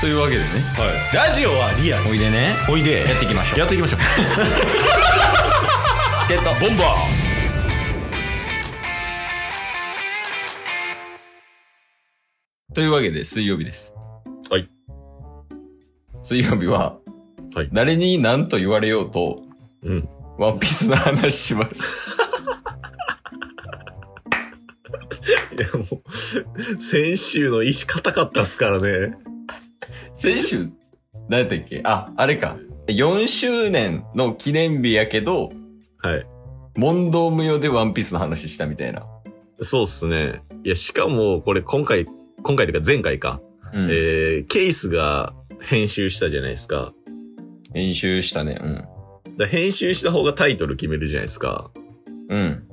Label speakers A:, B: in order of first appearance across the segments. A: というわけでね
B: ラジオはリアル
A: おいでね
B: おいで
A: やっていきましょう
B: やっていきましょう
A: チケットボンバーというわけで水曜日です
B: はい
A: 水曜日は、
B: はい
A: 誰に何と言われようと
B: うん
A: ワンピースの話し ます
B: いやもう先週の石硬かったっすからね
A: 先週何やったっけああれか4周年の記念日やけど
B: はい
A: 問答無用でワンピースの話したみたいな、
B: そうっすねいやしかもこれ今回今回というか前回か、
A: うん
B: えー、ケイスが編集したじゃないですか
A: 練習したねうん
B: だ編集した方がタイトル決めるじゃないですか
A: うん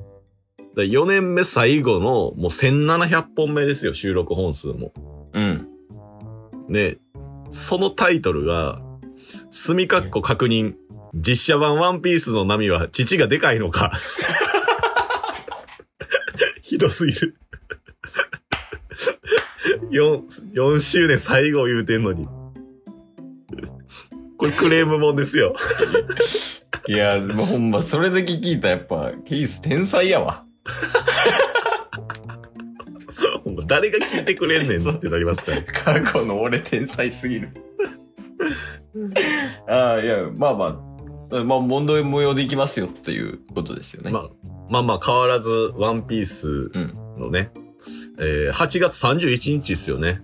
B: だ4年目最後のもう1700本目ですよ収録本数も
A: うん
B: ね、そのタイトルが、墨括弧確認、実写版ワンピースの波は父がでかいのか。 ひどすぎる。4、4周年最後言うてんのに。これクレームもんですよ。
A: いや、もうほんま、それだけ聞いたらやっぱ、ケイス天才やわ。
B: ほんま誰が聞いてくれんねんってなりますから。
A: 過去の俺天才すぎる。ああ、いや、まあまあ、まあ、問答無用でいきますよっていうことですよね。
B: まあ、まあまあ変わらず、ワンピース
A: うん。
B: のね、えー8月31日ですよね。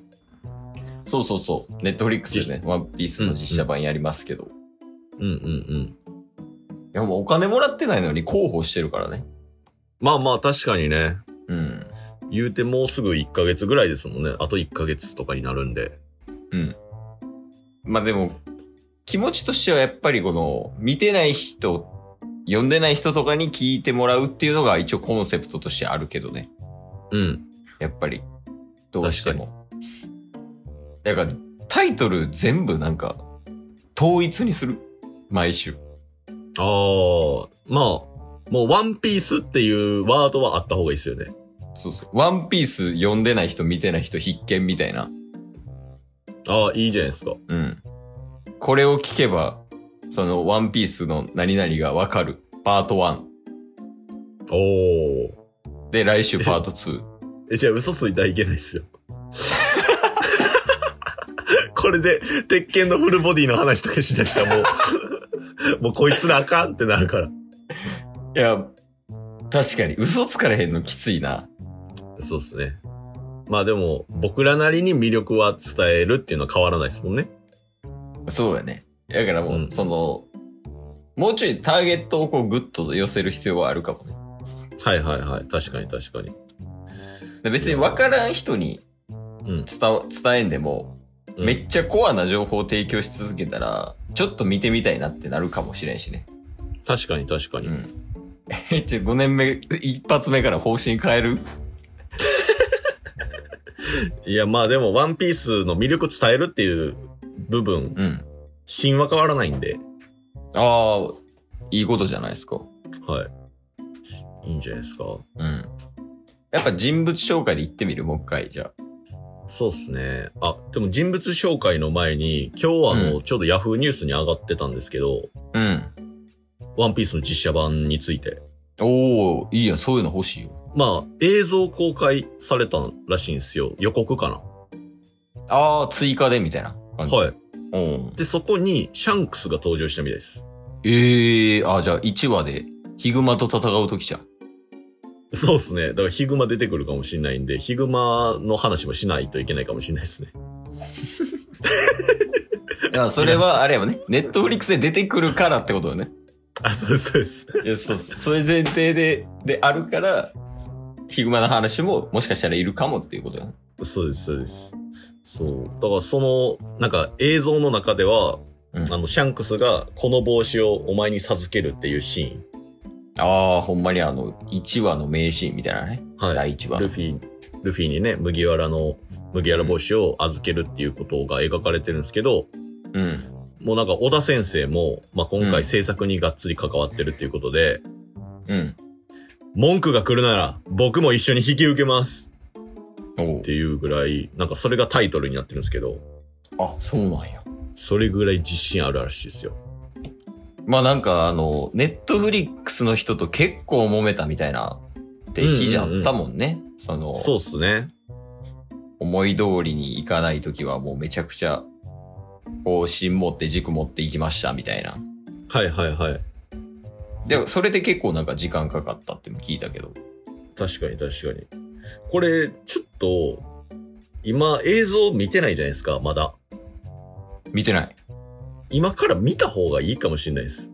A: そうそうそう。ネットフリックスでね、ワンピースの実写版やりますけど。
B: うんうんうん。
A: いや、もうお金もらってないのに広報してるからね。
B: まあまあ確かにね、
A: うん。
B: 言うてもうすぐ1ヶ月ぐらいですもんね。あと1ヶ月とかになるんで。
A: まあでも、気持ちとしてはやっぱりこの、見てない人、読んでない人とかに聞いてもらうっていうのが一応コンセプトとしてあるけどね。
B: うん。
A: やっぱり。どうしても。だから、タイトル全部なんか、統一にする。毎週。
B: ああ、まあ、もうワンピースっていうワードはあった方がいいですよね。
A: そうそう。ワンピース読んでない人、見てない人必見みたいな。
B: ああ、いいじゃないですか。
A: うん。これを聞けば、そのワンピースの何々がわかる。パート1。
B: おー。
A: で、来週パート2。
B: え、じゃあ嘘ついたらいけないですよ。 これで、鉄拳のフルボディの話とかしだしたらもう、 もうこいつらあかんってなるから。
A: いや、確かに嘘つかれへんのきついな。
B: そうですね。まあでも、僕らなりに魅力は伝えるっていうのは変わらないですもんね。
A: そうやね。だからもう、
B: うん
A: その、もうちょいターゲットをこうグッと寄せる必要はあるかもね。
B: はいはいはい。確かに確かに。
A: で別に分からん人に
B: う
A: 伝
B: ん。
A: わ伝えんでも、
B: うん
A: めっちゃコアな情報を提供し続けたら、ちょっと見てみたいなってなるかもしれんしね。
B: 確かに確かに。
A: うん。 え、ちょ、5年目、一発目から方針変える
B: いや、まあでも、ワンピースの魅力伝えるっていう部分、
A: うん。
B: 芯は変わらないんで、
A: ああ、いいことじゃないですか。
B: はい。いいんじゃないですか。
A: うん。やっぱ人物紹介で言ってみるもう一回、じゃ
B: そうっすね。あ、でも人物紹介の前に、今日はも
A: う
B: うちょうどヤフーニュースに上がってたんですけど、
A: あ。うん。
B: ワンピースの実写版について。
A: おおいいやん、そういうの欲しいよ。
B: まあ、映像公開されたらしいんですよ。予告かな。
A: ああ、追加でみたいな感じ。い。
B: はい。
A: うん。
B: で、そこに、シャンクスが登場したみたいです。
A: ええー、あーじゃあ1話で、ヒグマと戦うときじゃん。
B: そうっすね。だから、ヒグマ出てくるかもしれないんで、ヒグマの話もしないといけないかもしれないですね。
A: いや、それは、あれやもんね、ネットフリックスで出てくるからってことよね。
B: あ、そうです、そうです。
A: いや、そうそう。それ前提で、であるから、ヒグマの話も、もしかしたらいるかもっていうことよね。
B: そうです、そうです。そう。だからその、なんか映像の中では、
A: うん
B: あの、シャンクスがこの帽子をお前に授けるっていうシーン。
A: ああ、ほんまにあの、1話の名シーンみたいなね。
B: はい。
A: 第1話。
B: ルフィ、ルフィにね、麦わらの、麦わら帽子を預けるっていうことが描かれてるんですけど、
A: うん。
B: もうなんか小田先生も、まあ、今
A: うん
B: 回制作にがっつり関わってるっていうことで、
A: うん。
B: 文句が来るなら僕も一緒に引き受けます
A: おう
B: っていうぐらい、なんかそれがタイトルになってるんですけど、
A: あ、そうなんや。
B: それぐらい自信あるらしいですよ。
A: まあなんかあの、ネットフリックスの人と結構揉めたみたいな、って記事あったもんね。その、
B: そうっすね。
A: 思い通りに行かないときはもうめちゃくちゃ、方針持って軸持って行きましたみたいな。
B: はいはいはい。
A: で、それで結構なんか時間かかったって聞いたけど。
B: 確かに確かに。これ、ちょっと、今映像見てないじゃないですか、まだ。
A: 見てない。
B: 今から見た方がいいかもしれないです。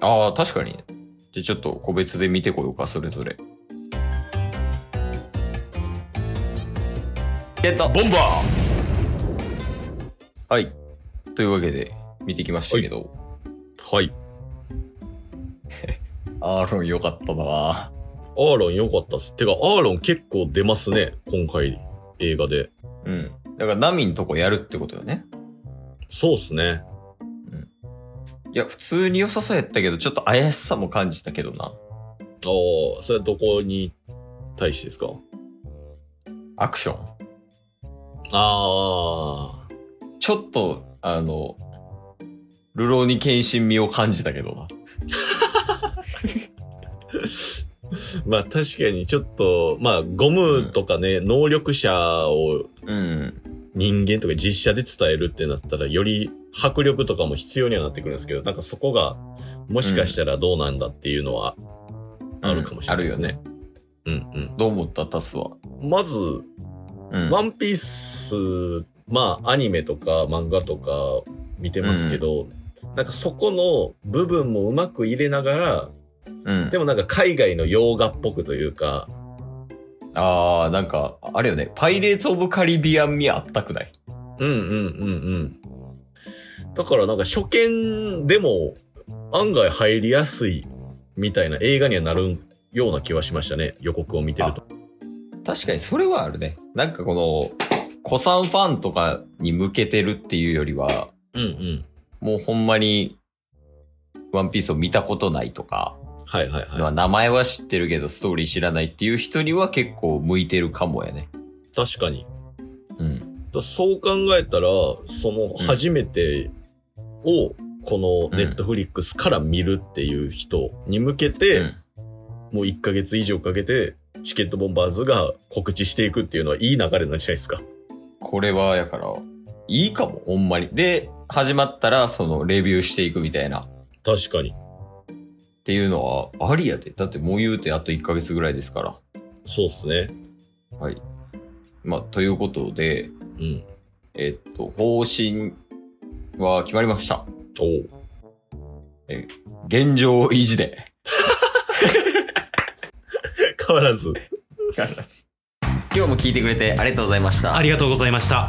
A: ああ、確かに。じゃあちょっと個別で見てこようか、それぞれ。ゲット
B: ボンバー
A: はい。というわけで、見てきましたけど。
B: はい。
A: アーロン良かったな
B: アーロン良かったっす。てか、アーロン結構出ますね、今回、映画で。
A: うん。だから、ナミんとこやるってことよね。
B: そうっすね。
A: いや、普通に良さそうやったけど、ちょっと怪しさも感じたけどな。
B: ああ、それはどこに対してですか
A: アクション。
B: ああ、
A: ちょっと、あの、流浪に献身味を感じたけどな。
B: まあ確かにちょっと、まあゴムとかね、能力者を
A: うん。
B: 人間とか実写で伝えるってなったら、より迫力とかも必要にはなってくるんですけど、なんかそこが、もしかしたらどうなんだっていうのはあるかもしれないです
A: ある
B: ね
A: よ。
B: うん、うん、
A: どう思ったタスは。
B: まず、
A: うん。
B: ワンピース、まあ、アニメとか漫画とか見てますけど、なんかそこの部分もうまく入れながら、
A: うん
B: でもなんか海外の洋画っぽくというか、
A: ああ、なんか、あれよね。パイレーツ・オブ・カリビアン味あったくない。
B: うんうんうんうん。だからなんか初見でも案外入りやすいみたいな映画にはなるような気はしましたね。予告を見てると。
A: 確かにそれはあるね。なんかこの、子さんファンとかに向けてるっていうよりは、
B: うんうん。
A: もうほんまに、ワンピースを見たことないとか、
B: はいはいはい。
A: まあ名前は知ってるけどストーリー知らないっていう人には結構向いてるかもやね。
B: 確かに。
A: うん。
B: だそう考えたら、その初めてを、このネットフリックスから見るっていう人に向けて、
A: うん
B: もう1ヶ月以上かけて、チケットボンバーズが告知していくっていうのはいい流れなんじゃないですか。
A: これは、やから、いいかも、ほんまに。で、始まったら、その、レビューしていくみたいな、っ
B: 確かに。
A: ていうのは、ありやで。だってもう言うてあと1ヶ月ぐらいですから。
B: そうっすね。
A: はい。まあ、ということで、
B: うん。
A: えっと、方針は決まりました。
B: おう
A: 現状維持で。
B: 変わらず。
A: 今日も聞いてくれてありがとうございました。
C: ありがとうございました。